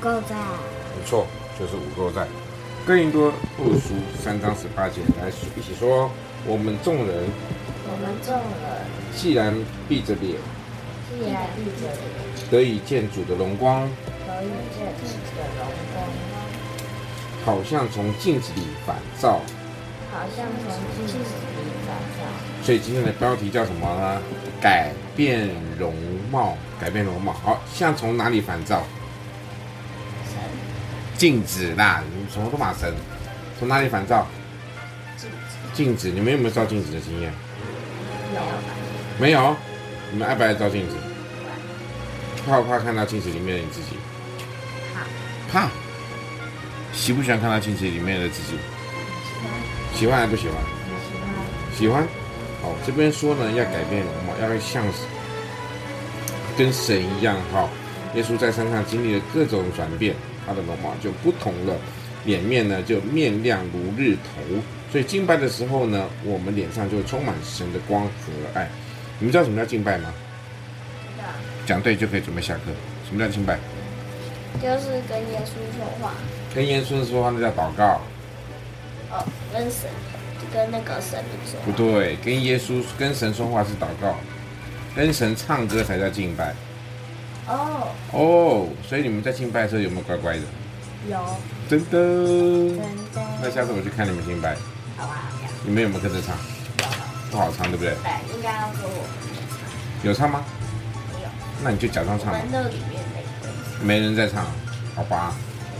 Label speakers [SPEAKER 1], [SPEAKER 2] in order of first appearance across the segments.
[SPEAKER 1] 够在
[SPEAKER 2] 没错，就是五够赞。哥林多后书三章十八节，来一起说：我们众人
[SPEAKER 1] 我们众人
[SPEAKER 2] 既然闭着脸，
[SPEAKER 1] 既然闭着脸，
[SPEAKER 2] 得以见主的荣光，
[SPEAKER 1] 可以见主的荣光，
[SPEAKER 2] 好像从镜子里反照。
[SPEAKER 1] 好像从镜子里反照。
[SPEAKER 2] 所以今天的标题叫什么呢？改变容貌，改变容貌。好像从哪里反照？
[SPEAKER 1] 神
[SPEAKER 2] 镜子啦，你们什么都骂神。从哪里反照？
[SPEAKER 1] 镜子
[SPEAKER 2] 镜子，你们有没有照镜子的经验？
[SPEAKER 1] 没有吧？
[SPEAKER 2] 没有，你们爱不爱照镜子？怕不怕看到镜子里面的你自己？怕。怕。喜不喜欢看到镜子里面的自己？喜欢还不喜欢？喜欢。好，这边说呢，要改变容貌，要像跟神一样哈。耶稣在山上经历了各种转变，他的容貌就不同了，脸面呢就面亮如日头。所以敬拜的时候呢，我们脸上就充满神的光和爱。你们知道什么叫敬拜吗？讲对就可以准备下课。什么叫敬拜？
[SPEAKER 1] 就是跟耶稣说话，
[SPEAKER 2] 跟耶稣说话那叫祷告，
[SPEAKER 1] 哦，跟神，跟那个神明说
[SPEAKER 2] 不对，跟耶稣跟神说话是祷告，跟神唱歌才叫敬拜。
[SPEAKER 1] 哦，
[SPEAKER 2] 哦，所以你们在敬拜的时候有没有乖乖的？
[SPEAKER 1] 有，
[SPEAKER 2] 真的。
[SPEAKER 1] 真的。
[SPEAKER 2] 那下次我去看你们敬拜，
[SPEAKER 1] 好啊，
[SPEAKER 2] 你们有没有跟着唱？不好唱，对不对？
[SPEAKER 1] 哎，应该要说我
[SPEAKER 2] 有唱吗？
[SPEAKER 1] 没有，
[SPEAKER 2] 那你就假装
[SPEAKER 1] 我
[SPEAKER 2] 唱吧
[SPEAKER 1] 们，那里面没有。
[SPEAKER 2] 没人在唱，好吧？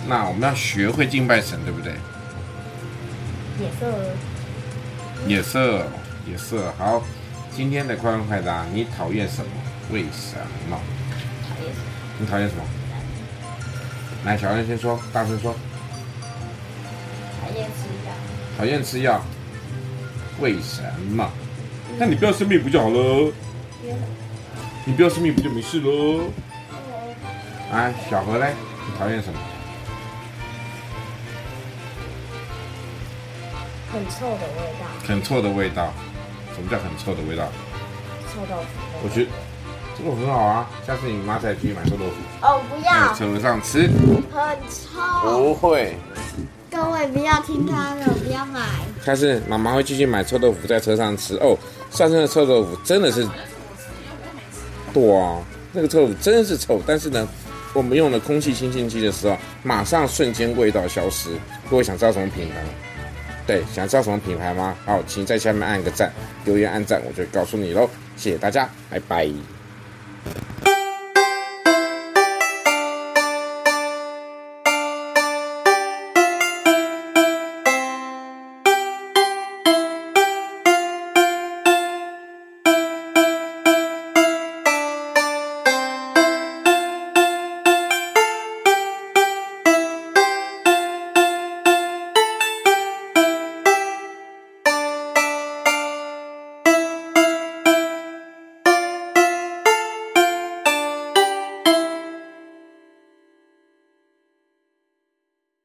[SPEAKER 2] 那我们要学会敬拜神，对不对？
[SPEAKER 1] 也是
[SPEAKER 2] 也是，也是。好，今天的快问快答，你讨厌什么？为什么？
[SPEAKER 1] 讨厌死
[SPEAKER 2] 你讨厌什么？来，小恩先说，大声说，
[SPEAKER 1] 讨厌吃药，
[SPEAKER 2] 讨厌吃药，为什么？那你不要生病不就好了？
[SPEAKER 1] 因为
[SPEAKER 2] 你不要生病不就没事喽？啊，小何嘞，你讨厌什么？
[SPEAKER 1] 很臭的味道，
[SPEAKER 2] 很臭的味道。什么叫很臭的味道？
[SPEAKER 1] 臭豆腐。
[SPEAKER 2] 我觉得这个很好啊，下次你妈再去买臭豆腐，
[SPEAKER 1] 哦，不
[SPEAKER 2] 在
[SPEAKER 1] 要，
[SPEAKER 2] 车上吃。
[SPEAKER 1] 很臭，
[SPEAKER 2] 哦会，
[SPEAKER 1] 各位不要听他的，不要买。
[SPEAKER 2] 下次妈妈会继续买臭豆腐在车上吃。哦，上次的臭豆腐真的是，对啊，那个臭豆腐真是臭，但是呢。我们用了空气清净机的时候，马上瞬间味道消失。各位想知道什么品牌吗？对，想知道什么品牌吗？好，请在下面按个赞，留言按赞，我就告诉你喽。谢谢大家，拜拜。